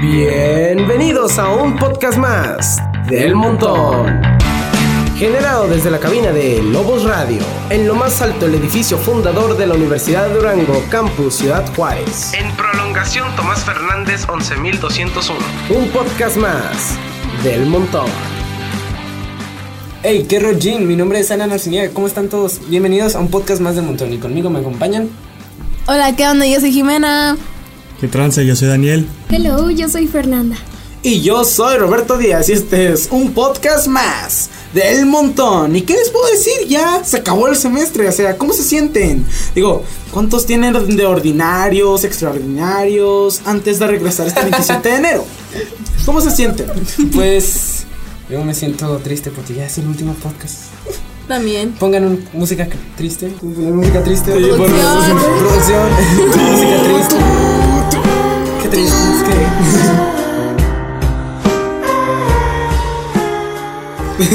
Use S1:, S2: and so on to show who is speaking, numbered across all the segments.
S1: Bienvenidos a un podcast más del montón. Generado desde la cabina de Lobos Radio, en lo más alto del edificio fundador de la Universidad de Durango, Campus Ciudad Juárez. En prolongación Tomás Fernández 11201. Un podcast más del montón.
S2: Hey, qué rojin, mi nombre es Ana Narciniega, ¿cómo están todos? Bienvenidos a un podcast más del montón y conmigo me acompañan.
S3: Hola, ¿qué onda? Yo soy Jimena.
S4: ¿Qué trance? Yo soy Daniel.
S5: Hello, yo soy Fernanda.
S2: Y yo soy Roberto Díaz y este es un podcast más del montón. ¿Y qué les puedo decir? Ya se acabó el semestre, o sea, ¿cómo se sienten? Digo, ¿cuántos tienen de ordinarios, extraordinarios, antes de regresar este 27 de enero? ¿Cómo se sienten?
S6: Pues yo me siento triste porque ya es el último podcast.
S3: También.
S6: Pongan un- música c- triste, poner música triste.
S2: Sí, bueno,
S3: Producción.
S2: producción, música triste.
S6: Qué triste, es que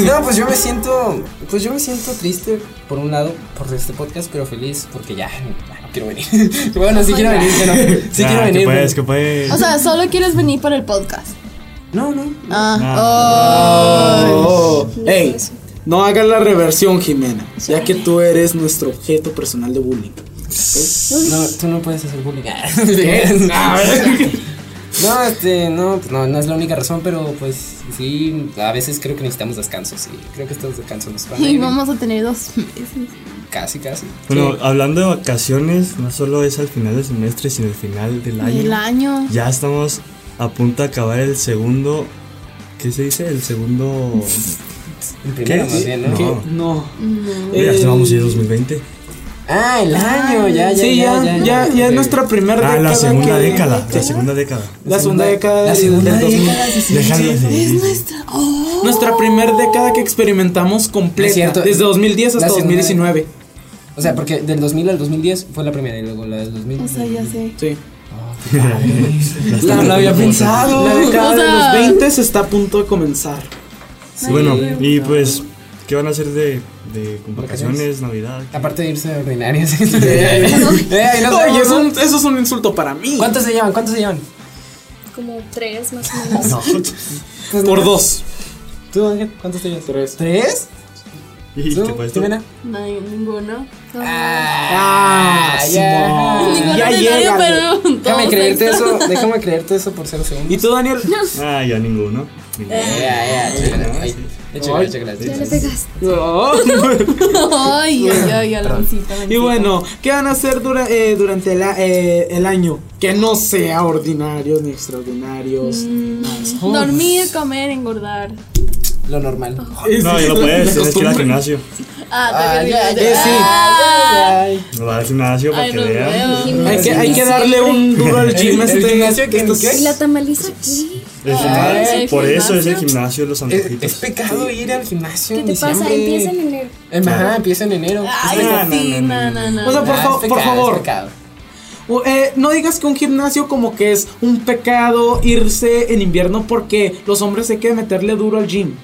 S6: No, pues yo me siento, pues yo me siento triste por un lado por este podcast, pero feliz porque ya, ya no quiero venir. bueno, sí quiero venir, pero sí
S4: Ah,
S6: quiero venir.
S4: Que puedes, que
S6: pero-
S4: puedes.
S3: O sea, solo quieres venir para el podcast.
S6: No, no.
S3: Ah. Oh.
S2: Oh, hey, no hagas la reversión, Jimena, ya que tú eres nuestro objeto personal de bullying.
S6: No, tú no puedes hacer bullying.
S4: Ah,
S6: no, este, no, pues no, no es la única razón, pero pues sí, a veces creo que necesitamos descansos y creo que estos descansos nos van a
S3: Y
S6: ir
S3: vamos a tener dos meses.
S6: casi, casi.
S4: Bueno, hablando de vacaciones, no solo es al final del semestre, sino al final del año.
S3: El año.
S4: Ya estamos a punto de acabar el segundo. ¿Qué se dice? El segundo.
S6: El primero
S4: ¿Qué?
S6: más bien, ¿no?
S4: No.
S2: ¿Qué? No.
S6: Eh,
S4: Ya estamos en 2020.
S6: Ah, el año, ya, ya,
S2: Sí, ya, ya, ya, es nuestra primera
S4: Ah, la segunda
S2: que-
S4: década. La segunda década.
S2: La segunda década.
S6: La
S2: del-
S6: segunda
S2: del 2000.
S6: década, sí, sí,
S4: Déjalo
S6: sí.
S4: así.
S2: Nuestra primera década que experimentamos completa.
S6: Es cierto.
S2: Desde 2010 hasta
S6: La segunda-
S2: 2019.
S6: O sea, porque del 2000 al 2010 fue la primera y luego la del 2000.
S3: O sea, ya sé.
S2: Sí.
S4: La
S6: No
S4: segunda
S6: lo había
S4: década.
S6: pensado.
S2: La década
S3: O sea-
S2: de los 20 se está a punto de comenzar.
S4: Bueno, y pues, ¿qué van a hacer de, de vacaciones, Navidad?
S6: Aparte de irse de ordinarias. Eh, ahí nos
S2: Oye,
S6: vemos,
S2: es
S6: ¿no?
S2: un- eso es un insulto para mí.
S6: ¿Cuántos se llevan? ¿Cuántos se llevan?
S5: Como tres más o menos.
S4: No.
S2: Por dos.
S6: ¿Tú, Ángel? ¿Cuántos te llevas? Tres. ¿Tres?
S4: ¿Y
S6: ¿Tú,
S4: te puedes
S6: Jimena?
S3: No hay ninguno.
S6: Ah, ya.
S3: Ninguno
S2: ya
S3: de nadie,
S2: llega.
S3: pero
S6: Déjame
S3: todos
S6: creerte
S3: extra.
S6: eso, déjame creerte eso por cero segundos.
S2: ¿Y tú, Daniel?
S4: Ah, ya ninguno. Ninguno.
S6: Eh, Ya, ya,
S4: Ah,
S6: chécala.
S4: sí.
S6: Échala, échala.
S5: Ya le pegaste.
S2: No.
S3: Ay, ay, ay, Aloncito.
S2: y
S3: bendito.
S2: bueno, ¿qué van a hacer dura- eh, durante la- eh, el año? Que no sea ordinarios ni extraordinarios.
S3: Dormir, comer, engordar.
S6: Lo normal.
S4: No, ya lo puedes, tienes que ir al
S2: costumbre.
S4: gimnasio.
S3: Ah, te Ah,
S6: ya,
S2: Eh, sí.
S4: No va al gimnasio para
S3: Ay,
S4: que
S3: no
S4: vean.
S3: veo.
S2: Hay que, hay que darle un duro al gym
S6: El- el
S2: este.
S6: gimnasio que-
S2: estos-
S5: ¿Y la tamaliza aquí?
S4: El
S3: Ay,
S4: gimnasio,
S3: ¿el
S4: por eso es el
S3: gimnasio?
S4: gimnasio de los
S6: Es,
S4: antojitos.
S6: es pecado ir al gimnasio
S5: ¿Qué
S6: en
S5: te pasa?
S6: diciembre.
S5: Empieza en enero.
S6: Eh, Ajá, empieza en enero.
S3: Ay,
S4: No, no,
S3: sí,
S4: no,
S3: no,
S4: no,
S3: no, no.
S2: O sea, por,
S6: Ah,
S2: fa-
S6: es
S2: por
S6: pecado,
S2: favor,
S6: es pecado.
S2: O, eh, no digas que un gimnasio como que es un pecado irse en invierno porque los hombres hay que meterle duro al gym.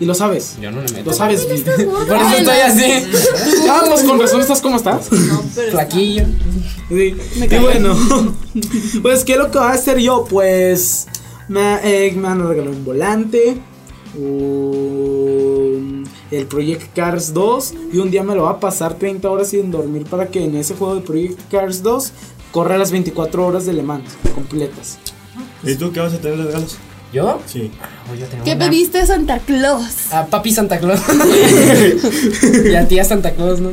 S2: Y lo sabes.
S6: Yo no le meto.
S2: Lo sabes.
S6: Por eso
S3: Ay, no.
S6: estoy así.
S2: Ah, pues con razón estás como estás.
S3: No, pero
S6: Flaquillo.
S2: Sí. Y bueno, pues qué es lo que va a hacer yo, pues me, eh, me van a regalar un volante, un- el Project Cars 2 y un día me lo va a pasar 30 horas sin dormir para que en ese juego de Project Cars 2 corra las 24 horas de Le Mans completas.
S4: ¿Y tú qué vas a tener de regalos?
S6: ¿Yo?
S4: Sí.
S6: Voy a tener
S3: ¿Qué
S6: una-
S3: pediste Santa Claus?
S6: A papi Santa Claus. y a tía Santa Claus, ¿no?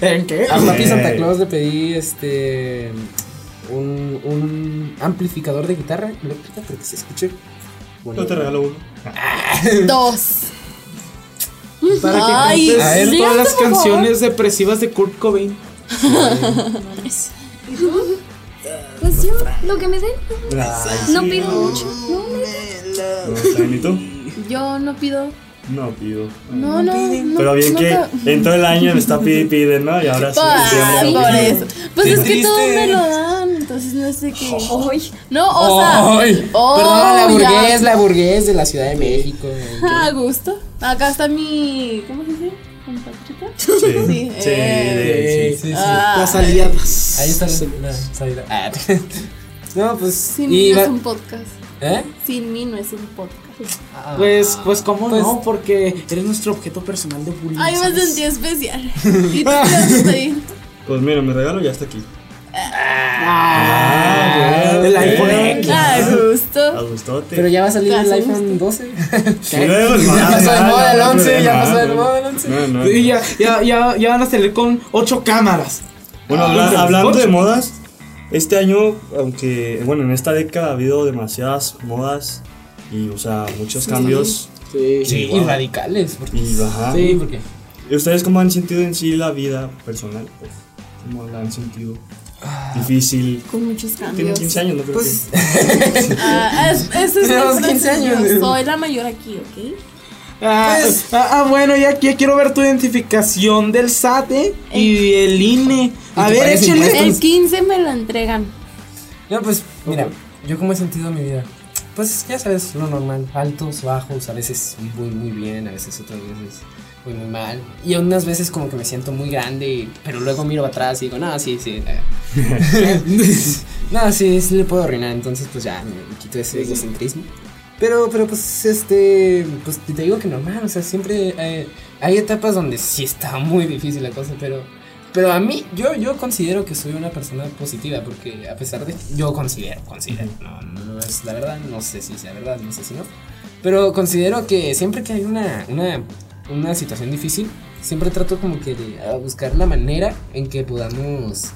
S2: ¿En qué?
S6: A papi
S4: Ey.
S6: Santa Claus le pedí este. Un, un amplificador de guitarra eléctrica para que se escuche. bonito.
S4: Yo te regalo uno.
S3: Dos.
S2: Para que
S3: Ay,
S2: cantes
S6: a ver,
S3: sí,
S2: todas las
S3: Ah, por favor.
S2: canciones depresivas de Kurt Cobain.
S5: Pues yo, lo que me den.
S4: Ay,
S5: No pido mucho. No, me
S4: no, está bien, ¿y tú?
S3: Yo no pido.
S4: No pido.
S3: No, no. no,
S4: Pero bien
S3: no
S4: que
S3: ca-
S4: en todo el año me está pide y pide, ¿no? Y ahora sí.
S3: Ah,
S4: sí,
S3: por
S4: sí.
S3: eso. Pues es que
S6: triste.
S3: todos me lo dan, entonces no sé qué.
S5: Hoy.
S3: No, o sea.
S6: Ay,
S3: oh,
S6: perdón, la
S3: ya.
S6: burgués, la burgués de la Ciudad de México.
S3: A gusto. Acá está mi. ¿Cómo se dice? ¿Compatriota?
S4: Sí,
S3: Sí,
S4: sí,
S3: eh.
S4: de- sí.
S6: sí, sí.
S3: Ah,
S2: Las aliadas.
S6: Ahí está la, la salida. Ah, No, pues.
S3: Sin
S6: y
S3: mí no
S6: va-
S3: es un podcast.
S6: ¿Eh?
S3: Sin mí no es un podcast.
S2: Pues, pues, ¿cómo
S6: Ah. Pues-
S2: no? Porque eres nuestro objeto personal de bullying.
S3: Ay, pues, me
S2: ¿sabes?
S3: sentí especial. Y tú te
S4: Pues mira, mi regalo ya está aquí.
S2: Ah, el iPhone X.
S4: Ah,
S3: A gusto.
S4: Agustote.
S6: Pero ya va a salir el
S3: Casi
S6: iPhone 12.
S4: Sí, luego,
S6: Ya
S4: no,
S6: pasó de
S4: no,
S6: moda el
S4: no,
S6: 11, ya
S4: no,
S6: pasó de
S4: no,
S6: moda el 11.
S4: No, no, no.
S2: Y ya, ya, ya, ya van a salir con ocho cámaras.
S4: Bueno, habla-
S2: Ocho.
S4: hablando de modas, este año, aunque, bueno, en esta década ha habido demasiadas modas y, o sea, muchos cambios.
S2: Sí.
S6: Sí, y radicales. Porque...
S4: Y, ajá.
S6: Sí, porque.
S4: ¿Y ustedes cómo han sentido en sí la vida personal? Pues, ¿Cómo la han sentido? Difícil.
S3: Con muchos
S4: Tienen
S3: cambios.
S4: 15 años, ¿no? Creo
S6: Pues.
S4: que-
S3: Ah, es, esa es
S6: Tenemos
S3: la
S6: 15
S3: frase,
S6: años.
S3: yo Soy la mayor aquí, ¿ok?
S2: Ah,
S6: Pues-
S2: ah, ah, bueno, ya, ya quiero ver tu identificación del SAT eh, y el INE. A
S6: que
S2: ver,
S6: pagues
S2: échale.
S6: impuestos.
S3: El 15 me lo entregan.
S6: No, pues, mira, yo cómo he sentido mi vida. Pues ya sabes, lo normal, altos, bajos, a veces voy muy bien, a veces otras veces voy muy mal. Y unas veces como que me siento muy grande, pero luego miro atrás y digo, no, sí, sí. la- no, sí, sí le puedo arruinar, entonces pues ya me quito ese egocentrismo. Pero, pero pues, este, pues te digo que normal, o sea, siempre eh, hay etapas donde sí está muy difícil la cosa, pero, pero a mí, yo, yo considero que soy una persona positiva, porque a pesar de, yo considero, considero, no, no es la verdad, no sé si sea verdad, no sé si no, pero considero que siempre que hay una, una, una situación difícil, siempre trato como que de ah, buscar la manera en que podamos,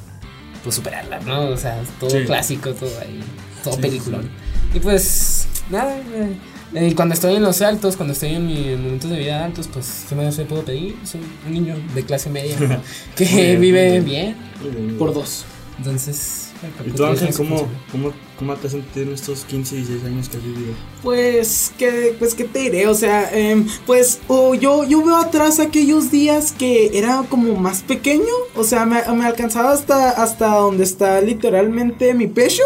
S6: pues, superarla, ¿no? O sea, todo
S4: Sí.
S6: clásico, todo ahí, todo
S4: Sí,
S6: peliculón. Y pues, nada, eh, eh, cuando estoy en los altos, cuando estoy en mis momentos de vida altos, pues, ¿qué más le puedo pedir? Soy un niño de clase media ¿no? que
S4: Muy bien,
S6: vive
S4: muy bien.
S6: bien.
S2: Por dos.
S6: Entonces, pues,
S4: ¿Y tú, Ángel, cómo, cómo, cómo te has sentido en estos 15 y 16 años que has vivido?
S2: Pues que, pues que te diré, o sea, em, pues oh, yo, yo veo atrás aquellos días que era como más pequeño, o sea, me, me alcanzaba hasta, hasta donde está literalmente mi pecho,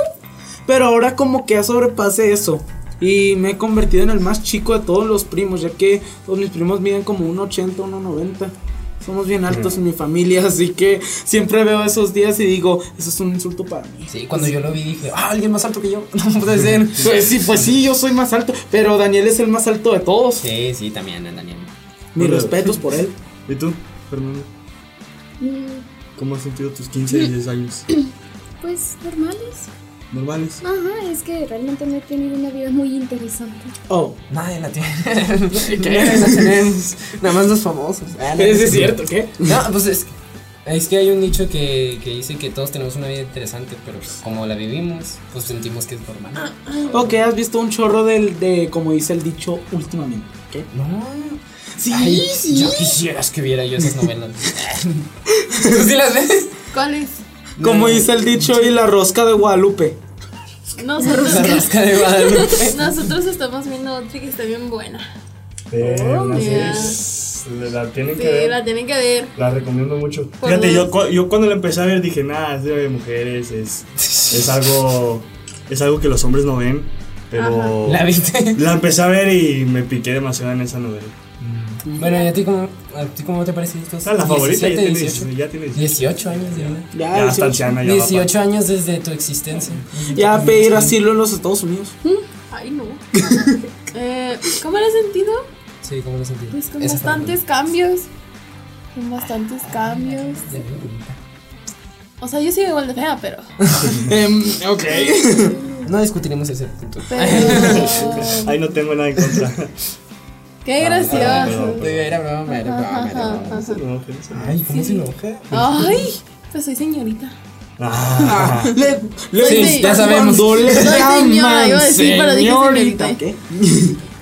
S2: pero ahora como que ya sobrepasé eso. Y me he convertido en el más chico de todos los primos, ya que todos mis primos miden como 1,80, 1,90. Somos bien altos en mi familia, así que siempre veo esos días y digo, eso es un insulto para mí.
S6: Sí, cuando yo lo vi dije, ah, alguien más alto que yo. No puede ser.
S2: Pues sí, pues sí, yo soy más alto, pero Daniel es el más alto de todos.
S6: Sí, sí, también, Daniel.
S2: Mis
S4: Pero-
S2: respetos por él.
S4: ¿Y tú, Fernando?
S5: Mm,
S4: ¿Cómo has sentido tus 15 y 16 años?
S5: Pues normales.
S4: ¿Normales?
S5: Ajá, es que realmente no he tenido una vida muy interesante.
S2: Oh,
S6: Nadie la tiene. Nadie la tenemos. Nada más los famosos. Ah, no, no
S2: ¿es
S6: sé.
S2: cierto? ¿Qué?
S6: No, pues es que, es que hay un dicho que, que dice que todos tenemos una vida interesante, pero pues como la vivimos, pues sentimos que es normal.
S2: Ok, has visto un chorro del, de, como dice el dicho, últimamente. ¿Qué?
S6: No.
S2: Sí,
S6: Ay,
S2: sí.
S6: Yo quisieras que viera yo esas novelas. ¿Tú sí las ves?
S3: ¿Cuál es?
S2: Como dice el dicho y la rosca de Guadalupe.
S6: La
S3: Nosotros,
S6: rosca de Guadalupe.
S3: nosotros estamos viendo otra que está bien buena.
S4: Eh, no sé,
S3: Oh, mira.
S4: es- la tienen que
S3: Sí,
S4: ver.
S3: la tienen que ver.
S4: La recomiendo mucho.
S3: Por
S4: Fíjate,
S3: las-
S4: yo, cu- yo cuando la empecé a ver dije, nada, es de mujeres, es, es algo es algo que los hombres no ven, pero
S6: ¿La viste?
S4: la empecé a ver y me piqué demasiado en esa novela.
S6: Bueno, ¿y a ti cómo, a ti cómo te pareció esto?
S4: Esa es Ah, la favorita,
S6: 17,
S4: ya tiene
S6: 18.
S4: 18, ya tiene 18.
S6: 18 años de vida.
S2: Ya,
S4: Ya está
S2: 18.
S4: anciana, ya va
S6: 18 años desde tu existencia.
S2: Ya a pedir asilo en los Estados Unidos.
S3: Ay, no. Eh, ¿Cómo lo he sentido?
S6: Sí, ¿cómo lo sentí?
S3: Pues con
S6: Esa fue la
S3: bastantes cambios. Con bastantes cambios. O sea, yo sigo igual de fea, pero.
S2: Em, ok.
S6: pregunta. No discutiremos ese punto.
S3: Pero.
S4: Ahí no tengo nada en contra.
S3: Qué gracioso.
S6: Era broma, era broma, era broma.
S3: Ajá.
S4: No, que no sé.
S6: Ay, ¿cómo se enoja?
S3: Ay, pues soy señorita.
S4: Ah,
S2: Ah, le, le
S6: Sí,
S2: gusta
S6: ya sabemos.
S2: cuando le
S3: Soy señora,
S2: llaman
S3: iba a decir, pero dije
S2: señorita.
S3: señorita.
S2: ¿Qué?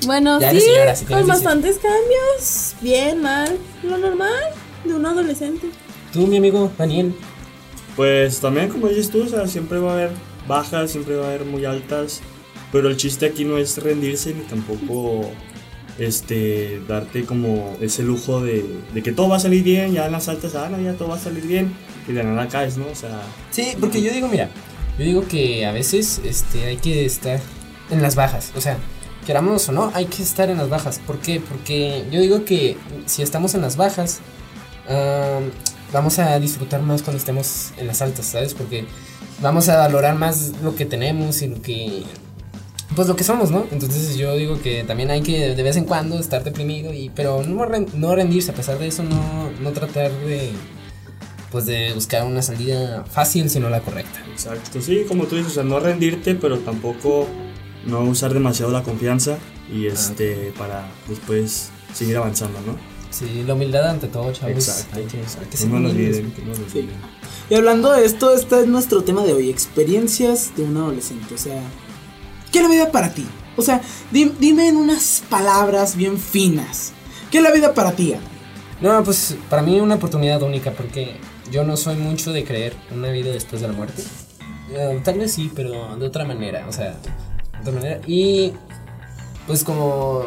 S3: Bueno,
S6: Ya
S3: sí,
S6: eres señora, sí tienes 18.
S3: con bastantes cambios. Bien, mal. Lo normal de un adolescente.
S6: Tú, mi amigo Daniel.
S4: pues también como dices tú, o sea, siempre va a haber bajas, siempre va a haber muy altas, pero el chiste aquí no es rendirse ni tampoco este darte como ese lujo de, de que todo va a salir bien, ya en las altas, ah, no, ya todo va a salir bien y de nada caes, ¿no? O sea,
S6: Sí, porque yo digo, mira, yo digo que a veces este, hay que estar en las bajas, o sea, queramos o no, hay que estar en las bajas. ¿Por qué? Porque yo digo que si estamos en las bajas, ah, vamos a disfrutar más cuando estemos en las altas, ¿sabes? Porque vamos a valorar más lo que tenemos y lo que pues lo que somos, ¿no? Entonces yo digo que también hay que de vez en cuando estar deprimido y pero no ren- no rendirse a pesar de eso, no no tratar de pues de buscar una salida fácil, sino la correcta.
S4: Exacto, sí, como tú dices, o sea, no rendirte, pero tampoco no usar demasiado la confianza y este para después seguir avanzando, ¿no?
S6: Sí, la humildad ante todo, chavos.
S4: Exacto,
S6: Hay que, hay que
S4: Que
S6: ser
S4: no nos
S6: humildes.
S4: olviden, que no nos
S2: Sí.
S4: olviden.
S2: Y hablando de esto, este es nuestro tema de hoy, experiencias de un adolescente. O sea, ¿qué es la vida para ti? O sea, di- dime en unas palabras bien finas. ¿Qué es la vida para ti? Ana?
S6: No, pues para mí una oportunidad única porque yo no soy mucho de creer en una vida después de la muerte. Eh, tal vez sí, pero de otra manera, o sea, de otra manera. Y pues como,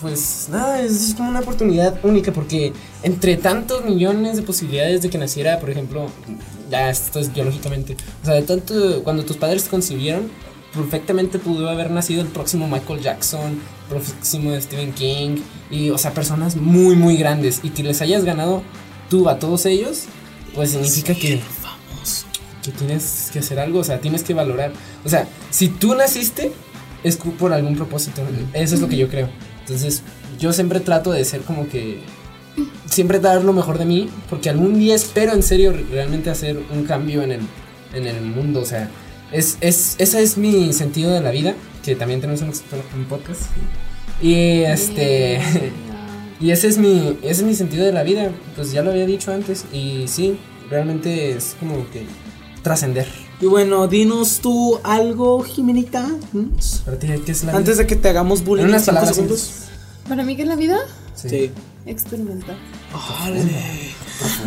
S6: pues nada, es como una oportunidad única porque entre tantos millones de posibilidades de que naciera, por ejemplo, ya esto es biológicamente, o sea, de tanto cuando tus padres te concibieron, perfectamente pudo haber nacido el próximo Michael Jackson, próximo Stephen King, y o sea, personas muy, muy grandes, y que les hayas ganado tú a todos ellos, pues significa que... Que tienes que hacer algo, o sea, tienes que valorar. O sea, si tú naciste, es cu- por algún propósito. Eso es lo que yo creo. Entonces, yo siempre trato de ser como que. Siempre dar lo mejor de mí, porque algún día espero en serio re- realmente hacer un cambio en el, en el mundo. O sea, es, es, ese es mi sentido de la vida, que también tenemos un, un podcast. Y este. Y ese es mi ese es mi sentido de la vida, pues ya lo había dicho antes y sí, realmente es como que trascender.
S2: Y bueno, dinos tú algo, Jimenita. ¿m?
S6: Para ti, ¿qué es la
S2: Antes de que te hagamos
S6: vida?
S2: bullying.
S6: En unas
S2: cinco
S6: palabras
S2: segundos.
S6: simples.
S3: ¿Para mí qué es la vida?
S6: Sí.
S2: Sí.
S3: Experimentar.
S2: ¡Órale!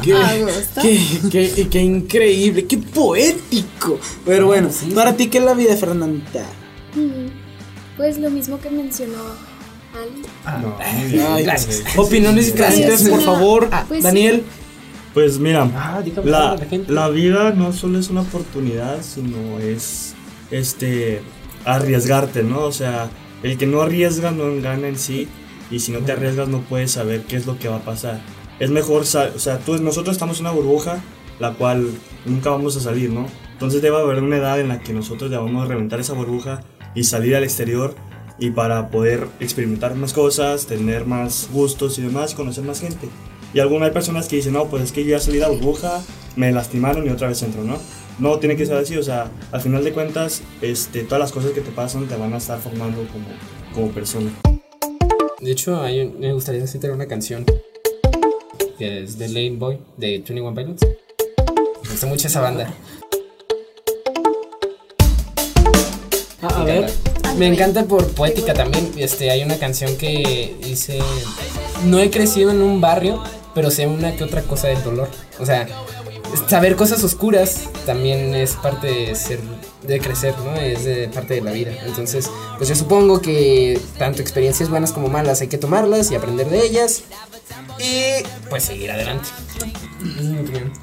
S2: ¿Qué,
S3: Ah, me gusta.
S2: qué- qué- qué increíble, qué poético. Pero bueno,
S6: Ah, sí,
S2: para ti, ¿qué es la vida, Fernandita?
S5: Mm, Pues lo mismo que mencionó Ali.
S6: Ah,
S4: No,
S6: ah,
S4: muy bien.
S2: Ay, pues,
S4: Gracias.
S2: Opiniones y
S6: Gracias.
S2: críticas,
S3: Ah,
S2: por favor.
S5: Pues
S2: Daniel.
S4: Pues mira,
S6: Ah, dígame
S4: la,
S6: la gente.
S4: la vida no solo es una oportunidad, sino es este arriesgarte, ¿no? O sea, el que no arriesga no gana en sí, y si no te arriesgas no puedes saber qué es lo que va a pasar. Es mejor, sa- o sea, tú, nosotros estamos en una burbuja la cual nunca vamos a salir, ¿no? Entonces debe haber una edad en la que nosotros debamos reventar esa burbuja y salir al exterior y para poder experimentar más cosas, tener más gustos y demás, conocer más gente. Y algunas hay personas que dicen, no, pues es que yo ya salí de la burbuja, me lastimaron y otra vez entro, ¿no? No, tiene que ser así, o sea, al final de cuentas, este, todas las cosas que te pasan te van a estar formando como, como persona.
S6: De hecho, hay un- me gustaría citar una canción que es de Lane Boy de 21 Pilots. Me gusta mucho esa banda.
S2: Ah, A,
S6: Me
S2: a ver.
S6: encanta. Me encanta por poética también. Este, hay una canción que dice no he crecido en un barrio, pero sé una que otra cosa del dolor. O sea, saber cosas oscuras también es parte de ser, de crecer, ¿no? Es de parte de la vida. Entonces, pues yo supongo que tanto experiencias buenas como malas hay que tomarlas y aprender de ellas y pues seguir adelante. Esa es mi opinión.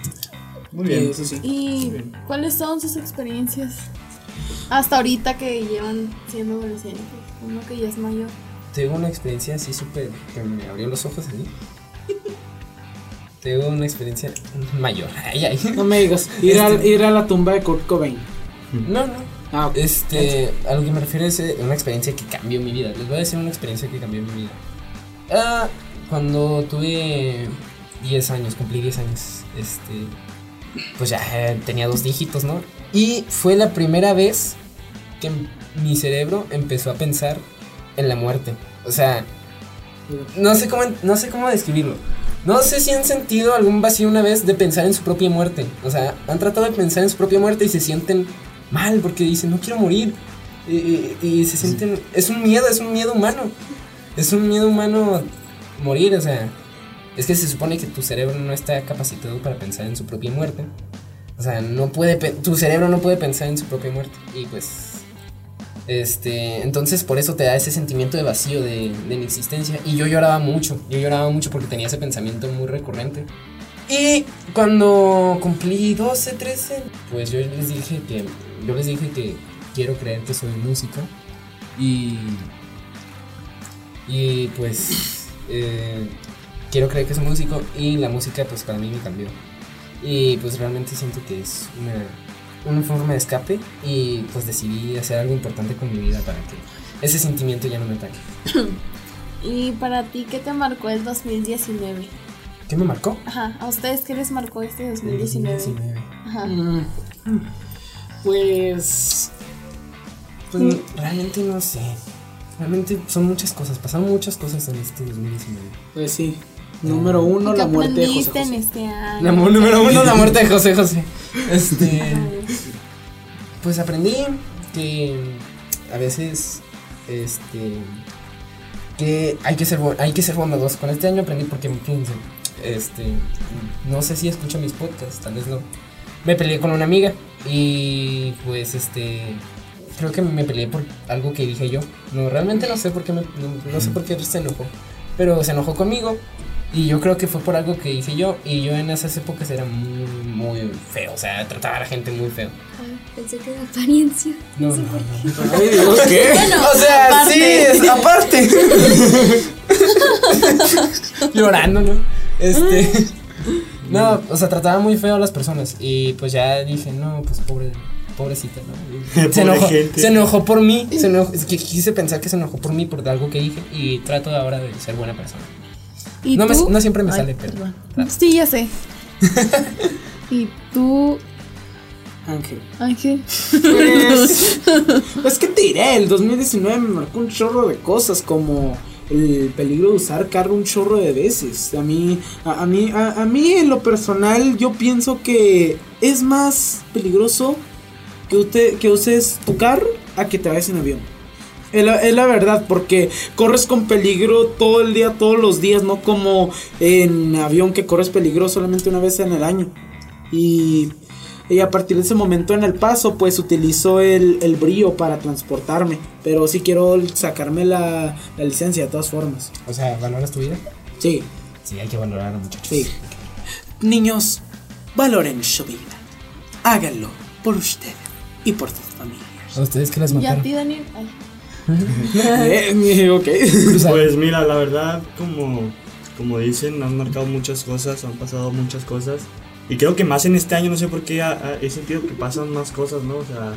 S4: Muy
S2: Sí, sí, sí.
S3: ¿Y cuáles son sus experiencias hasta ahorita que llevan siendo adolescentes? Uno que ya es mayor.
S6: Tengo una experiencia así súper que me abrió los ojos a mí. Tengo una experiencia mayor. Ay, ay.
S2: No me digas. Ir,
S6: Este-
S2: al- ir a la tumba de Kurt Cobain.
S6: No, no.
S2: Ah, ok.
S6: Este, a lo que me refiero es eh, una experiencia que cambió mi vida. Les voy a decir una experiencia que cambió mi vida. Ah, cuando tuve 10 años, cumplí 10 años, este, pues ya eh, tenía dos dígitos, ¿no? Y fue la primera vez que m- mi cerebro empezó a pensar en la muerte. O sea, no sé cómo, no sé cómo describirlo. No sé si han sentido algún vacío una vez de pensar en su propia muerte. O sea, han tratado de pensar en su propia muerte y se sienten mal porque dicen, no quiero morir. Y, y- y se sienten... Es un miedo, es un miedo humano. Es un miedo humano morir, o sea... Es que se supone que tu cerebro no está capacitado para pensar en su propia muerte. O sea, no puede... pe- Tu cerebro no puede pensar en su propia muerte. Y pues... Este, entonces por eso te da ese sentimiento de vacío de, de mi existencia. Y yo lloraba mucho, yo lloraba mucho porque tenía ese pensamiento muy recurrente. Y cuando cumplí 12, 13, pues yo les dije que, yo les dije que quiero creer que soy músico. Y, y pues eh, quiero creer que soy músico y la música pues para mí me cambió. Y pues realmente siento que es una una forma de escape y pues decidí hacer algo importante con mi vida para que ese sentimiento ya no me ataque.
S3: ¿Y para ti qué te marcó el 2019?
S6: ¿Qué me marcó?
S3: Ajá, ¿a ustedes qué les marcó este 2019?
S6: 19.
S3: Ajá.
S2: Mm. Pues.
S6: Pues no, realmente no sé. Realmente son muchas cosas, pasaron muchas cosas en este 2019.
S2: Pues sí. Número uno,
S3: ¿Y ¿Qué
S2: la muerte de José.
S3: aprendiste en
S2: José.
S3: este año?
S6: La mu- número uno, la muerte de José José. Este. Pues aprendí que a veces. Este. Que hay que ser, bo- hay que ser bondadosos. Con este año aprendí porque, fíjense, este. No sé si escucha mis podcasts, tal vez no. Me peleé con una amiga y, pues, este. Creo que me peleé por algo que dije yo. No, realmente no sé por qué me- no- no sé por qué se enojó. Pero se enojó conmigo y yo creo que fue por algo que hice yo. Y yo en esas épocas era muy, muy feo. O sea, trataba a la gente muy feo.
S5: Ay, pensé que era apariencia.
S6: No,
S5: No sé
S6: no,
S5: por qué.
S2: Ay, Dios, ¿qué?
S3: Bueno,
S6: O sea,
S3: aparte-
S6: sí, es- aparte. Llorando, ¿no? Este. No, o sea, trataba muy feo a las personas. Y pues ya dije, no, pues pobre, pobrecita, ¿no?
S4: Pobre
S6: Se enojó,
S4: gente.
S6: se enojó por mí. Se enojó, es que quise pensar que se enojó por mí por algo que dije. Y trato ahora de ser buena persona.
S3: ¿Y
S6: No, me-
S3: tú?
S6: no siempre me
S3: Ay,
S6: sale, pero.
S3: perdón. Sí, ya sé. ¿Y tú,
S2: Ángel.
S3: Ángel?
S2: Pues, pues, ¿qué te diré? El 2019 me marcó un chorro de cosas como el peligro de usar carro un chorro de veces. A mí, a, a mí, a, a mí en lo personal yo pienso que es más peligroso que, usted, que uses tu carro a que te vayas en avión. Es la, es la verdad, porque corres con peligro todo el día, todos los días, no como en avión que corres peligro solamente una vez en el año. Y, y a partir de ese momento en el paso, pues utilizó el, el brío para transportarme. Pero sí quiero sacarme la, la licencia de todas formas.
S6: O sea, ¿valoras tu vida?
S2: Sí,
S6: Sí, hay que valorar, muchachos.
S2: sí. Niños, valoren su vida. Háganlo por usted y por sus familias.
S6: ¿A ustedes que las
S3: ¿Y a
S6: mataron?
S3: ti, Daniel? Ay.
S2: Eh, ok.
S6: Cruzar.
S4: Pues mira, la verdad, como, como dicen, han marcado muchas cosas, han pasado muchas cosas. Y creo que más en este año, no sé por qué, ha- ha- he sentido que pasan más cosas, ¿no? O sea,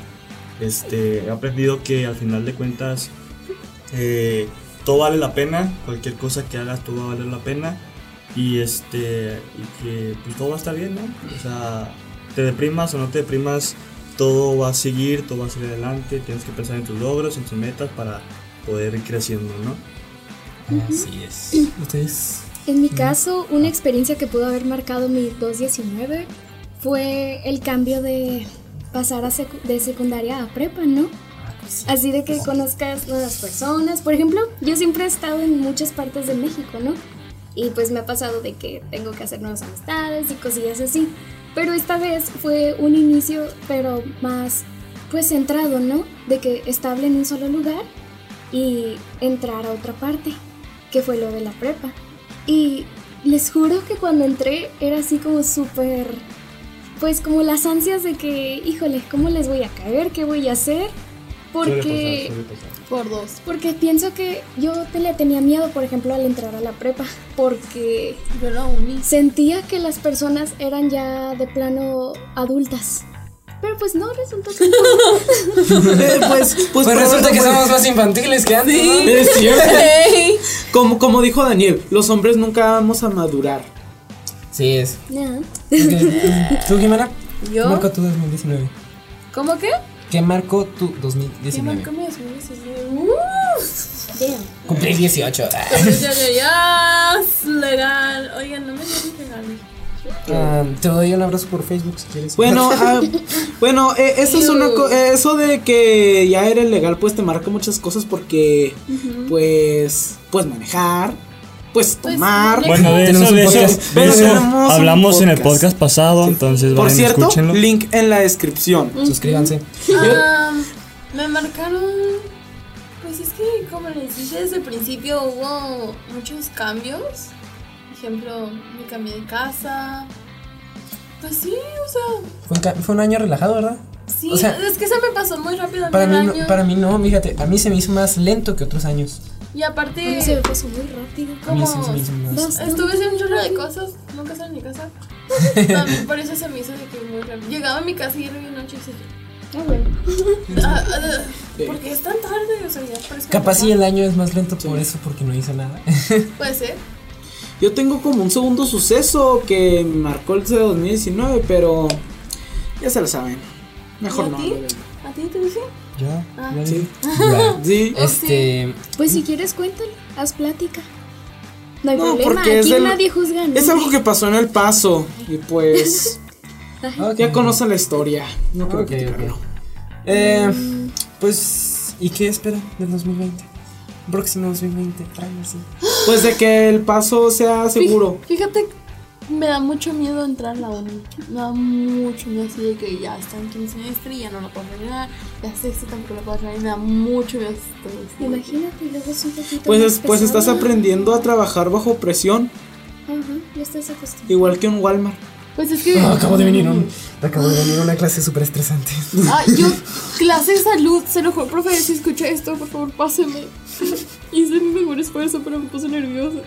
S4: este, he aprendido que al final de cuentas eh, todo vale la pena, cualquier cosa que hagas todo va a valer la pena. Y, este, y que pues, todo va a estar bien, ¿no? O sea, te deprimas o no te deprimas, todo va a seguir, todo va a seguir adelante, tienes que pensar en tus logros, en tus metas para poder ir creciendo, ¿no?
S6: Así es. Ustedes.
S5: En mi caso, una experiencia que pudo haber marcado mi 219 fue el cambio de pasar a secu- de secundaria a prepa, ¿no? Así de que conozcas nuevas personas. Por ejemplo, yo siempre he estado en muchas partes de México, ¿no? Y pues me ha pasado de que tengo que hacer nuevas amistades y cosillas así. Pero esta vez fue un inicio, pero más pues centrado, ¿no? De que estable en un solo lugar y entrar a otra parte, que fue lo de la prepa. Y les juro que cuando entré era así como súper, pues como las ansias de que, híjole, ¿cómo les voy a caer? ¿Qué voy a hacer?
S4: Suele
S5: Porque...
S4: pasar, suele pasar.
S3: Por dos.
S5: Porque pienso que yo te le tenía miedo, por ejemplo, al entrar a la prepa, porque
S3: Yo la uní.
S5: sentía que las personas eran ya de plano adultas. Pero pues no, resulta que no.
S2: Eh, pues, pues,
S6: Pues, resulta que
S2: pues,
S6: somos más infantiles que antes. ¿no?
S2: Es cierto.
S3: Ey.
S2: Como, como dijo Daniel, los hombres nunca vamos a madurar.
S6: Sí, es.
S5: Nada.
S6: Ok. ¿Tú, Jimena? ¿Qué
S3: ¿Yo?
S6: marcó tu 2019?
S3: ¿Cómo qué?
S6: ¿Qué marcó tu
S3: ¿Qué
S6: 2019?
S3: marcó mi 2019? ¡Uh!
S5: Damn.
S6: Cumplí 18. Ah.
S3: Ya, ya, ya. Legal. Oigan, no me dieron regalos.
S6: Ah, te doy un abrazo por Facebook si quieres.
S2: Bueno, ah, bueno, eh, eso es una co- eh, eso de que ya eres legal, pues te marca muchas cosas porque, pues, pues manejar, pues
S3: Pues,
S2: tomar.
S3: manejar.
S4: Bueno, de
S6: Tenemos
S4: eso,
S6: un
S4: de eso,
S6: podcast.
S4: de
S2: Bueno,
S4: eso
S2: tenemos un
S4: hablamos en el
S2: podcast.
S4: podcast pasado, entonces
S2: Por
S4: vayan,
S2: cierto,
S4: escúchenlo.
S2: link en la descripción.
S6: Suscríbanse.
S3: Ah, me marcaron. Pues es que, como les dije desde el principio, hubo muchos cambios. Por ejemplo, me cambié de casa. Pues sí, o sea,
S6: Fue un, ca- fue un año relajado, ¿verdad?
S3: sí.
S6: O sea,
S3: es que se me pasó muy rápido a
S6: Para
S3: mí
S6: mí,
S3: el
S6: no,
S3: año.
S6: para mí no, fíjate. A mí se me hizo más lento que otros años.
S3: Y
S5: Uy, Se me
S3: aparte,
S5: pasó muy rápido.
S6: A mí
S3: como
S6: se me hizo más.
S5: Bastante.
S3: estuve haciendo un chorro de cosas, nunca salí de mi casa. También por eso se me hizo de que muy rápido. Llegaba a mi casa y era bien noche 18 y seguí.
S5: Ah, bueno.
S3: Ah, ah, porque es tan tarde, o sea, ya parece que-
S6: Capaz si el año es más lento por eso, porque no hizo nada.
S3: Puede ser.
S2: Yo tengo como un segundo suceso que me marcó el de 2019, pero ya se lo saben. Mejor
S3: ¿Y a
S2: no.
S3: ti?
S2: lo veo.
S3: ¿A ti te dije?
S6: ¿Yo?
S3: Ah,
S6: ¿Ya
S2: sí.
S6: dije? Ya.
S2: Sí.
S3: Oh,
S6: Este.
S5: Pues si quieres, cuéntalo. Haz plática. No hay
S2: No,
S5: problema.
S2: porque es
S5: Aquí
S2: del-
S5: nadie juzga. ¿no?
S2: Es algo que pasó en El Paso y pues
S6: ok.
S2: ya conocen la historia. No creo
S6: Ok,
S2: que platicarlo.
S6: ok. Eh, pues, ¿y qué espera del 2020? Próximo 2020, tráeme así.
S2: Pues de que El Paso sea seguro.
S3: Fí- Fíjate, me da mucho miedo entrar a la uni. Me da mucho miedo así de que ya está en quinto semestre y ya no lo puedo terminar. Ya sexto tampoco lo puedo terminar y me da mucho miedo. así todo así.
S5: Imagínate, y luego es un poquito.
S2: Pues,
S5: más
S2: es- pues estás
S5: pesado.
S2: aprendiendo a trabajar bajo presión,
S5: Ajá, ya estás acostumbrado.
S2: igual que un Walmart.
S3: Pues es que.
S6: Ah, acabo de venir un, Mm. acabo de venir una clase súper estresante.
S3: Ah, yo, clase de salud, se lo juro, profe, si escucha esto, por favor, páseme. Hice mi mejor esfuerzo, pero me puse nerviosa.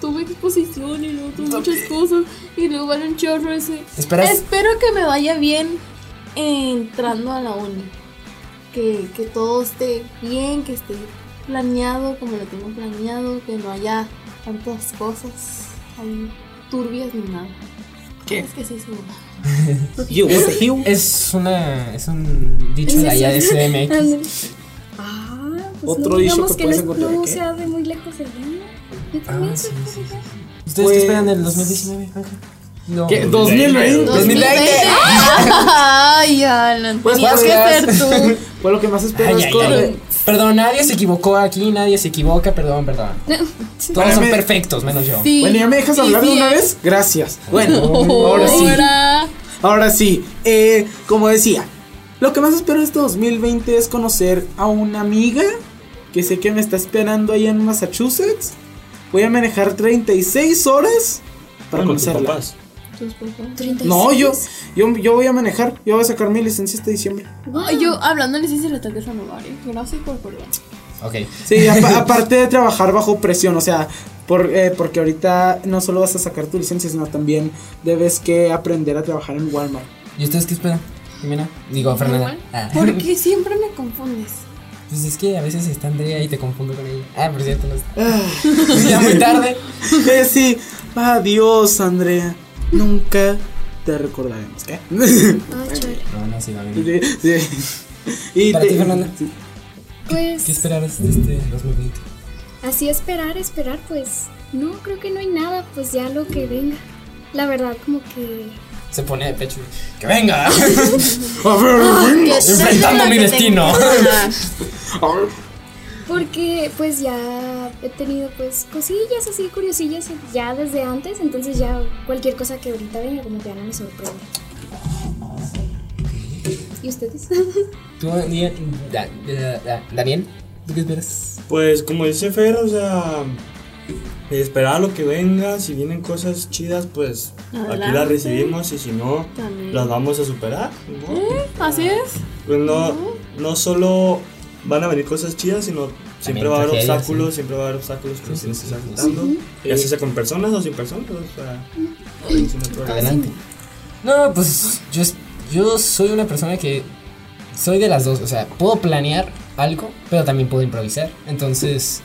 S3: Tuve exposición y luego tuve muchas cosas. Y luego van un chorro ese.
S6: ¿Esperas?
S3: Espero que me vaya bien entrando a la uni. Que, que todo esté bien, que esté planeado como lo tengo planeado, que no haya tantas cosas ahí turbias ni nada.
S2: ¿Qué?
S3: Es que sí, sí.
S2: You, what the hell?
S6: Es una. Es un dicho de allá de CDMX.
S5: Ándale. Ah, pues
S2: Otro
S5: no
S2: dicho
S5: digamos
S2: que
S5: que,
S2: puedes
S5: no,
S2: encontrar
S5: no
S2: aquí.
S5: sea de muy lejos de allá. Yo también
S6: Ah,
S5: soy
S6: sí,
S5: de
S6: sí,
S5: allá.
S6: ¿Ustedes
S2: Pues-
S6: qué esperan del 2019, Ángel? No.
S2: ¿Qué? 2020.
S6: 2020.
S3: Ay, Alan,
S2: Pues,
S3: tenías que
S6: gracias.
S3: ser tú.
S2: Pues lo que más
S6: Ay,
S2: espero es
S6: ay,
S2: con-
S6: ay. Perdón, nadie se equivocó aquí, nadie se equivoca, perdón, perdón. Todos son
S2: Espérame.
S6: perfectos, menos yo.
S3: Sí.
S2: Bueno, ¿ya me dejas
S3: Sí,
S2: hablar de
S3: sí,
S2: una
S3: eh.
S2: vez? Gracias. Bueno, ahora
S3: Ahora
S2: sí. Ahora sí, eh, como decía, lo que más espero este 2020 es conocer a una amiga que sé que me está esperando allá en Massachusetts. Voy a manejar 36 horas para
S6: Ah,
S4: Bueno, tus
S2: conocerla.
S4: papás.
S3: Tus papás.
S5: 36.
S2: No, yo, yo, yo voy a manejar, yo voy a sacar mi licencia este diciembre.
S5: Wow.
S3: Ay, yo hablando les hice el ataque renovario. Gracias por acordar.
S6: Ok.
S2: Sí, apa- aparte de trabajar bajo presión, o sea, por, eh, porque ahorita no solo vas a sacar tu licencia, sino también debes que aprender a trabajar en Walmart.
S6: ¿Y ustedes qué esperan? Jimena. Digo, Fernanda. Ah.
S3: Porque siempre me confundes.
S6: Pues es que a veces está Andrea y te confundo con ella. Ah, por cierto, no está. ya muy tarde.
S2: Eh, sí, adiós, Andrea. Nunca te recordaremos, ¿qué?
S5: Ah, chale.
S6: No, no, sí, va a venir.
S2: Sí, sí. Y
S6: Para ti, Fernanda.
S2: sí.
S6: ¿Qué
S5: Pues
S6: esperarás de este 2020?
S5: así esperar, esperar, pues no, creo que no hay nada, pues ya lo que venga. La verdad, como que
S6: Se pone de pecho. ¡Que venga!
S2: A ver, bueno,
S6: Enfrentando mi destino.
S2: a ver.
S5: Porque pues ya he tenido pues cosillas así, curiosillas ya desde antes, entonces ya cualquier cosa que ahorita venga como que ya no me sorprende. ¿Y ustedes?
S6: ¿Tú, Daniel? Da- da- da- Daniel? ¿Tú qué esperas?
S4: Pues como dice Fer, o sea, esperar a lo que venga, si vienen cosas chidas, pues aquí
S3: Adelante.
S4: las recibimos y si no,
S3: También.
S4: las vamos a superar. ¿no?
S3: Así es.
S4: Pues no, no solo van a venir cosas chidas, sino siempre va a haber
S6: tragedias,
S4: obstáculos,
S6: sí.
S4: siempre va a haber obstáculos
S6: Sí,
S4: que
S6: sí,
S4: tienes que
S6: sí,
S4: estar
S6: sí.
S4: quitando, ya sea con personas o sin personas, o sea, es una prueba.
S6: Adelante. No, pues yo, es- yo soy una persona que soy de las dos. O sea, puedo planear algo, pero también puedo improvisar. Entonces,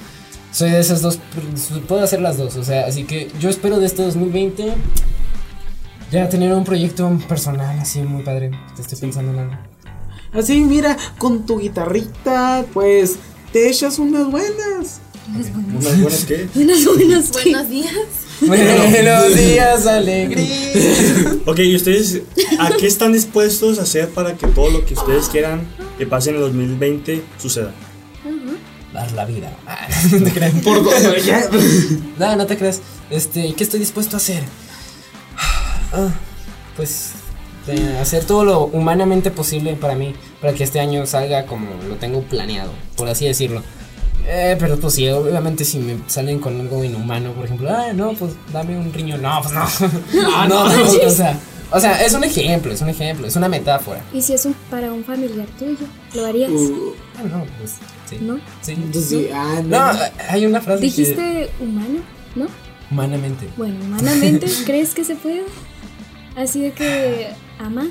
S6: soy de esas dos. pr- Puedo hacer las dos. O sea, así que yo espero de este 2020 ya tener un proyecto personal así muy padre. Te estoy pensando en algo.
S2: Así, mira, con tu guitarrita, pues te echas unas buenas.
S4: ¿Unas buenas qué?
S5: Buenas, buenas.
S3: Buenos días.
S6: Buenos días, alegría.
S4: Ok, ¿y ustedes a qué están dispuestos a hacer para que todo lo que ustedes quieran que pase en el 2020 suceda?
S6: Dar la vida. Ah, no te creas.
S2: Por do-
S6: Pues
S2: ya.
S6: No, no te creas. Este, ¿y ¿qué estoy dispuesto a hacer? Ah, pues eh, hacer todo lo humanamente posible para mí, para que este año salga como lo tengo planeado, por así decirlo. Eh, pero pues sí, obviamente si me salen con algo inhumano, por ejemplo, ah, no, pues dame un riñón, no, pues no. Ah, no, tampoco, o sea, o sea, es un ejemplo, es un ejemplo, es una metáfora.
S5: ¿Y si es un, para un familiar tuyo? ¿Lo harías?
S2: Uh,
S6: Ah, no, pues sí.
S5: ¿No?
S6: Sí.
S2: pues sí, ah,
S6: No,
S2: no.
S6: hay una frase que
S5: ¿Dijiste humano? ¿No?
S6: humanamente.
S5: Bueno, humanamente, ¿crees que se puede? Así de que, ama,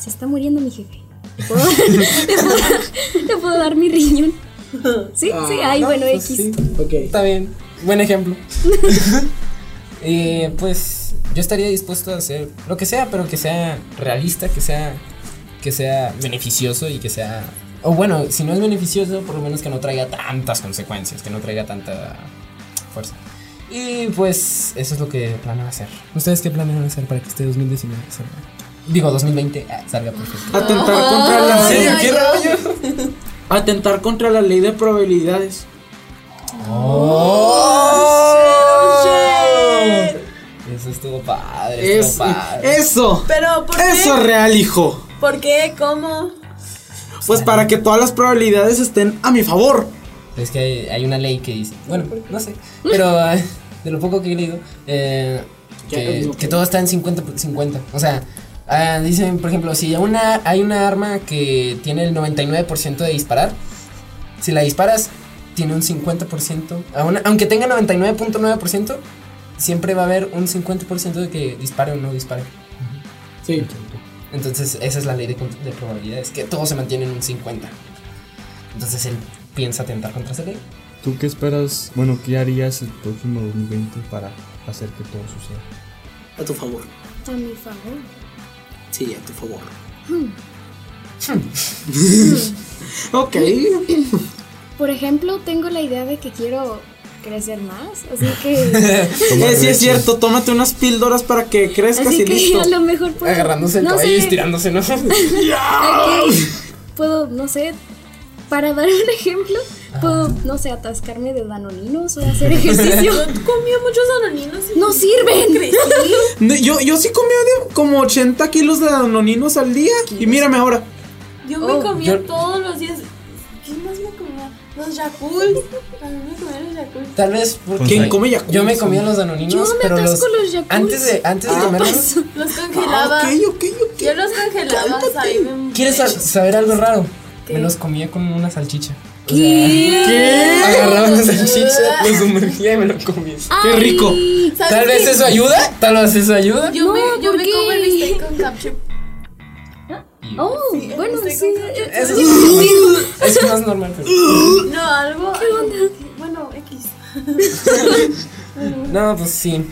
S5: se está muriendo mi jefe. ¿Puedo- ¿Te puedo, te puedo dar mi riñón? Sí, sí, ay,
S6: No,
S5: bueno,
S6: pues
S5: X.
S6: sí,
S2: Ok.
S6: Está bien. Buen ejemplo. Eh, pues yo estaría dispuesto a hacer lo que sea, pero que sea realista, que sea, que sea beneficioso y que sea... O bueno, si no es beneficioso, por lo menos que no traiga tantas consecuencias, que no traiga tanta fuerza. Y pues eso es lo que planeo hacer. ¿Ustedes qué planean hacer para que este 2019 salga? Digo, 2020 ah, salga perfecto.
S2: Atentar contra la
S3: Ay,
S2: ley.
S3: ay, ay.
S2: Atentar contra la ley de probabilidades.
S3: Oh.
S2: Oh.
S6: Eso estuvo padre,
S2: Es,
S6: estuvo padre.
S2: eso.
S3: Pero, ¿por qué?
S2: Eso es real, hijo.
S3: ¿Por qué? ¿Cómo?
S2: Pues para que todas las probabilidades estén a mi favor.
S6: Es que hay, hay una ley que dice, bueno, no sé, pero ah, de lo poco que he leído, eh,
S2: Ya
S6: que,
S2: cambió. pues.
S6: que todo está en 50 por 50. O sea, ah, dicen, por ejemplo, si una, hay una arma que tiene el 99% de disparar, si la disparas, tiene un 50%, a una- aunque tenga 99.9%, siempre va a haber un 50% de que dispare o no dispare.
S2: Sí.
S6: Entonces, esa es la ley de, con- de probabilidades, que todo se mantiene en un 50. Entonces, él piensa atentar contra esa ley.
S4: ¿Tú qué esperas? Bueno, ¿qué harías el próximo 2020 para hacer que todo suceda?
S2: A tu favor.
S5: A mi favor.
S2: Sí, a tu favor. ok.
S5: Por ejemplo, tengo la idea de que quiero crecer más, así que
S2: Eh, sí, es cierto. Tómate unas píldoras para que crezcas
S5: así
S2: y
S5: que
S2: listo.
S5: a lo mejor puedo
S6: Agarrándose el
S5: Pues, no
S6: cabello y
S5: sé,
S6: estirándose, ¿no?
S5: ok, puedo, no sé, para dar un ejemplo, puedo, no sé, atascarme de danoninos o hacer ejercicio.
S3: Yo comía muchos anoninos y
S5: No sirven.
S3: crecí.
S2: No, Yo, yo sí comía de como 80 kilos de danoninos al día. Y mírame ahora.
S3: Yo me
S6: Oh,
S3: comía
S6: yo-
S3: todos los días. ¿Quién más me comía? Los Yakul. A mí me comía los Yakul.
S6: Tal vez
S4: Pues
S6: porque
S2: ¿Quién come Yakult?
S6: Yo me comía los danoninos,
S5: Yo me
S6: pero los
S5: atasco los Yakult.
S6: antes de antes de
S2: Ah,
S6: comerlos.
S3: Los congelaba.
S2: Ah, ok, ok, ok.
S3: Yo los congelaba.
S2: Cálmate.
S3: ahí me-
S6: ¿Quieres sa- saber algo raro? Me los comía con una salchicha. O sea,
S2: ¿Qué?
S6: agarraba una salchicha, lo sumergía y me lo comía.
S5: Ah,
S2: Qué rico.
S5: Ay,
S3: ¿Sabes
S6: Tal vez
S3: qué?
S6: eso ayuda, tal vez eso ayuda.
S3: Yo
S5: No,
S3: me, yo
S5: ¿por
S3: me
S5: qué?
S3: como el bistec con capchup.
S5: Oh, bueno,
S3: estoy
S5: sí.
S3: con-
S5: eh,
S6: Eso es, eso no es normal. pero-
S3: No, algo. algo- Bueno, X.
S6: No, pues sí.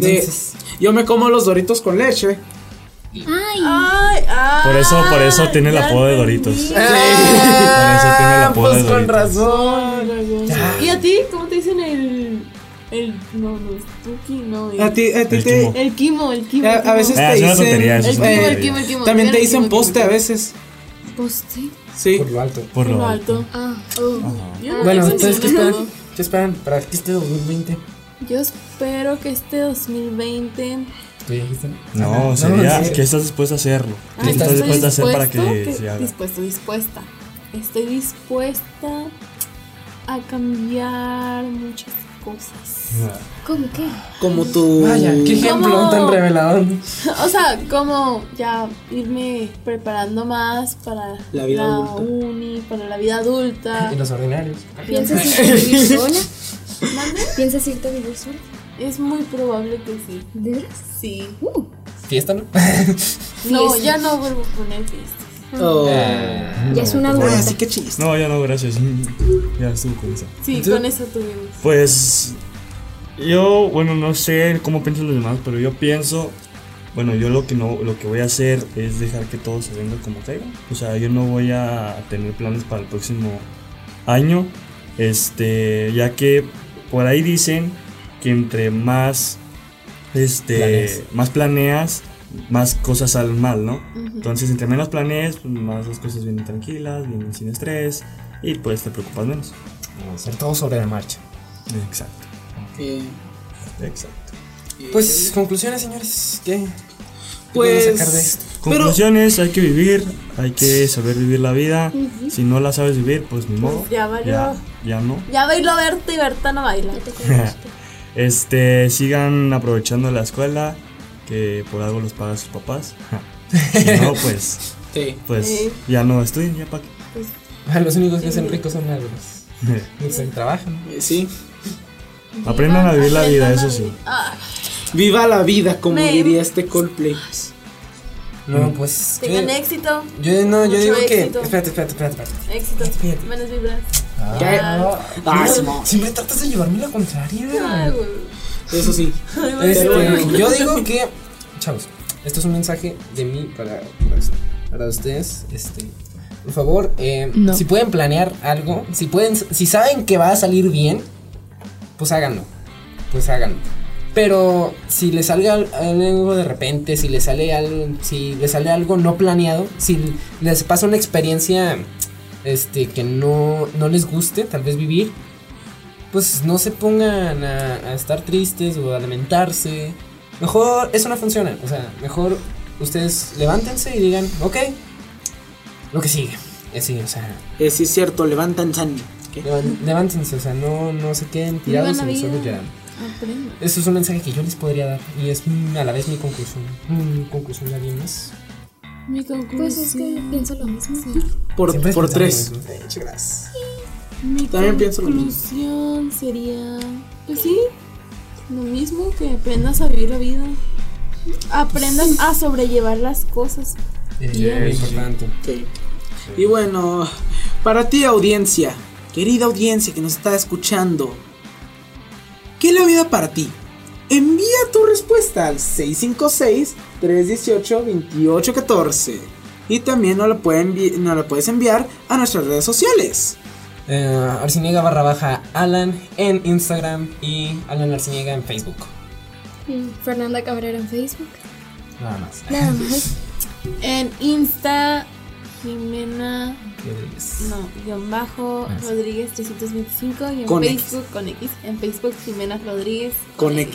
S2: De-
S6: Entonces,
S2: yo me como los doritos con leche.
S5: Ay,
S3: Ay, ay.
S4: Por eso, por eso tiene el
S3: ya
S4: apodo de
S3: entendí.
S4: Doritos.
S6: Ah,
S4: Por eso
S6: pues
S4: tiene el
S6: con
S4: apodo de Doritos.
S6: razón.
S3: ¿Y a ti? ¿Cómo te dicen el. El. No, no, es Tuki, no. El,
S2: A ti, a ti
S4: El
S2: te.
S4: quimo.
S3: el Kimo, el Kimo.
S2: A,
S3: el
S2: a
S3: Kimo.
S2: veces
S4: Ah,
S2: te
S4: es una
S2: dicen.
S4: tontería, eso es
S3: El
S4: una
S2: eh,
S3: Kimo,
S4: tontería.
S3: el Kimo, el Kimo.
S2: también te
S3: Mira, el
S2: dicen
S3: Kimo, el
S2: poste
S3: Kimo.
S2: a veces.
S5: poste.
S2: Sí.
S6: Por lo alto.
S4: Por
S3: Lo
S4: lo
S3: alto.
S5: Ah, oh.
S3: Yo no
S6: Bueno, pues,
S3: tengo
S6: entonces, ¿qué
S3: ningún
S6: esperan?
S3: apodo.
S6: ¿Qué esperan para que este 2020?
S3: Yo espero que este 2020.
S6: ¿Tú ya dijiste?
S4: No,
S6: no,
S4: sería.
S6: no,
S4: ¿Qué estás dispuesto a hacerlo?
S3: Ah,
S4: ¿Qué estás
S3: estoy
S4: dispuesto a hacer para
S3: dispuesto,
S4: que se haga?
S3: Dispuesto, dispuesta. Estoy dispuesta a cambiar muchas cosas.
S5: ¿Cómo qué?
S2: Como tu.
S6: Vaya, qué ejemplo
S3: ¿Cómo?
S6: tan revelador.
S3: O sea, como ya irme preparando más para
S2: La vida adulta.
S3: uni, para la vida adulta.
S6: Y los ordinarios.
S5: ¿Piensas irte a vivir sola? ¿Piensas irte a vivir sola?
S3: Es muy probable que sí.
S5: ¿De veras?
S3: Sí.
S5: Uh,
S6: Fiesta, ¿no?
S3: No,
S5: Fiestas.
S3: ya no vuelvo a poner fiestas.
S2: Oh.
S5: ya es una
S2: Ay,
S5: adulta.
S2: sí, qué chiste.
S4: No, ya no, gracias. Ya estuvo con eso.
S3: Sí,
S6: ¿Tú?
S3: con eso tuvimos.
S4: Pues yo, bueno, no sé cómo piensan los demás, pero yo pienso, bueno, yo lo que no, lo que voy a hacer es dejar que todo se venga como caiga. O sea, yo no voy a tener planes para el próximo año, este, ya que por ahí dicen que entre más, este,
S6: Planeas.
S4: más planeas, más cosas salen mal, ¿no?
S3: Ujú.
S4: Entonces, entre menos planees, pues, más las cosas vienen tranquilas, vienen sin estrés y pues te preocupas menos.
S6: Hacer todo sobre la marcha.
S4: Exacto,
S2: Eh,
S4: exacto.
S6: Pues, conclusiones, señores. ¿Qué?
S2: Pues,
S6: podemos sacar de esto?
S2: pero
S4: Conclusiones, hay que vivir, hay que saber vivir la vida. Si no la sabes vivir, pues ni modo.
S3: ya valió.
S4: Ya, ya no.
S3: Ya bailo a Berta y Berta no baila.
S4: Este, sigan aprovechando la escuela, que por algo los pagan sus papás. Si no, pues,
S2: sí.
S4: pues
S3: Sí.
S4: ya no estudian, ya para qué.
S6: Ah, Los únicos que hacen ricos son los los que trabajan.
S2: eh, sí.
S4: Aprendan a vivir la vida,
S3: Aprendan a
S4: eso sí.
S3: vivir. Ah,
S2: Viva la vida, como
S3: Me-
S2: diría este Coldplay.
S6: No, pues. Yo,
S3: Tengan éxito.
S6: yo no, yo
S3: Mucho
S6: digo que.
S3: éxito.
S6: Espérate, espérate, espérate, espérate.
S3: Éxito.
S6: Fíjate.
S3: Menos vibras.
S6: Ya,
S3: Ah.
S2: Ah,
S6: no,
S2: Simón.
S6: Siempre tratas de llevarme la contraria.
S3: Ay, güey.
S2: Eso sí.
S3: Ay, güey,
S6: Este,
S3: güey.
S6: yo digo que, chavos, esto es un mensaje de mí para, para- para ustedes. Este, por favor, eh,
S7: No.
S6: si pueden planear algo, si pueden, si saben que va a salir bien, pues háganlo, pues háganlo. Pero si les sale al- algo de repente, si les sale algo, si les sale algo no planeado, si les pasa una experiencia, este, que no, no les guste, tal vez vivir, pues no se pongan a, a estar tristes o a lamentarse. Mejor, eso no funciona. O sea, mejor ustedes levántense y digan, ok, lo que sigue. Eh, sí, o sea,
S2: Eh, sí, es cierto, levantan San. ¿Qué?
S6: levan- levántense, o sea, no, no se queden tirados en
S3: Vivan
S6: el
S3: la
S6: suelo
S3: vida.
S6: llorando.
S3: Aprende.
S6: Eso es un mensaje que yo les podría dar y es mm, a la vez mi conclusión. Mm, conclusión de alguien más.
S3: Mi conclusión.
S5: Pues es que pienso lo mismo.
S2: Por,
S6: Siempre
S2: por
S6: es pensar
S2: tres.
S6: en eso. Muchas gracias.
S3: Mi
S2: También pienso lo mismo.
S3: conclusión sería, pues sí, lo mismo que aprendas a vivir la vida. Aprendas a sobrellevar las cosas.
S6: Eh, muy
S4: sí.
S6: importante.
S2: Sí. Y bueno, para ti audiencia, querida audiencia que nos está escuchando, ¿qué es la vida para ti? Envía tu respuesta al 656-318-2814. Y también nos la, puede envi- nos la puedes enviar a nuestras redes sociales.
S6: Eh, Arciniega barra baja Alan en Instagram y Alan Arciniega en Facebook.
S5: Mm, Fernanda Cabrera en Facebook.
S6: Nada más.
S5: Nada más.
S3: En Insta, Jimena,
S6: Rodríguez.
S3: no, guión bajo,
S6: Ah, sí.
S3: Rodríguez 325 y en
S2: Con X.
S3: Facebook, con X, en Facebook, Jimena Rodríguez.
S2: Con
S3: Ya.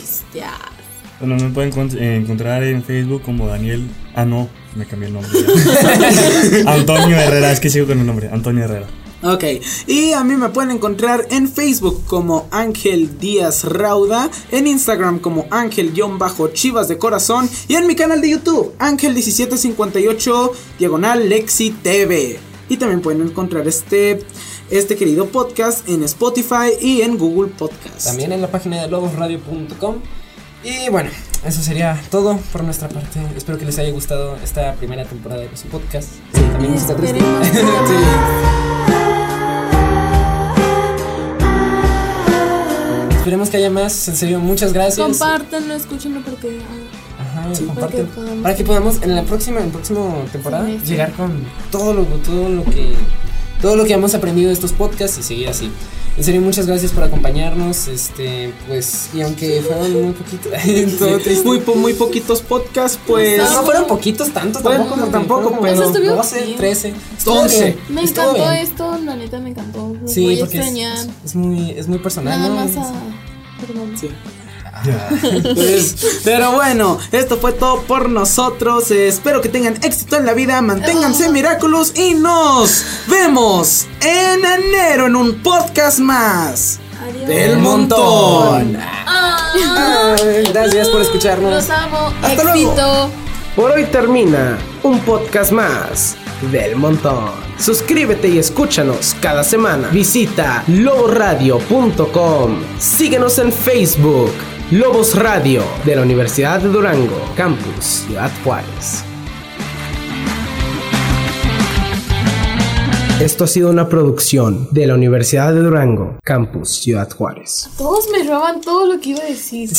S4: Bueno, me pueden encont- eh, encontrar en Facebook como Daniel. Ah, no, me cambié el nombre. Antonio Herrera, es que sigo con el nombre. Antonio Herrera.
S2: Ok, y a mí me pueden encontrar en Facebook como Ángel Díaz Rauda, en Instagram como Ángel-Chivas de Corazón y en mi canal de YouTube, Ángel1758 Diagonal Lexi TV. Y también pueden encontrar este, este querido podcast en Spotify y en Google Podcast.
S6: También en la página de lobosradio.com. Y bueno, eso sería todo por nuestra parte. Espero que les haya gustado esta primera temporada de los podcasts. Sí, también está triste. Esperemos que haya más. En serio, muchas gracias.
S3: Compártanlo, escúchenlo porque ah,
S6: Ajá, comparte.
S3: porque podamos-
S6: Para que podamos en la próxima, en la próxima temporada
S3: Sí, sí.
S6: llegar con todo lo, todo lo que todo lo que hemos aprendido de estos podcasts y seguir así. En serio, muchas gracias por acompañarnos. Este, pues, y aunque fueron muy poquitos, todo triste.
S2: Muy, po- muy poquitos podcasts, pues...
S6: Pues no fueron poquitos tantos
S2: Bueno,
S6: tampoco,
S2: no, tampoco,
S6: fueron como
S2: pero-
S3: Eso estuvo
S6: 12,
S3: bien.
S6: 13,
S2: Once.
S3: me
S6: Estuvo
S3: encantó
S6: bien.
S3: esto, la neta me encantó. Los
S6: Sí,
S3: voy a
S6: porque es,
S3: extrañar.
S6: es muy es muy personal.
S3: Nada
S6: ¿no?
S3: más
S6: Es-
S3: a. Perdón.
S2: Sí.
S4: Ya.
S2: Pues, pero bueno, esto fue todo por nosotros. Eh, Espero que tengan éxito en la vida, manténganse miraculos y nos vemos en enero en un podcast más
S3: Adiós.
S2: del montón.
S3: Ah.
S6: Ay, gracias por escucharnos.
S3: Los amo.
S2: Hasta luego.
S3: Éxito.
S1: Por hoy termina un podcast más del montón. Suscríbete y escúchanos cada semana. Visita loboradio.com. Síguenos en Facebook. Lobos Radio de la Universidad de Durango, Campus Ciudad Juárez. Esto ha sido una producción de la Universidad de Durango, Campus Ciudad Juárez.
S3: Todos me roban todo lo que iba a decir.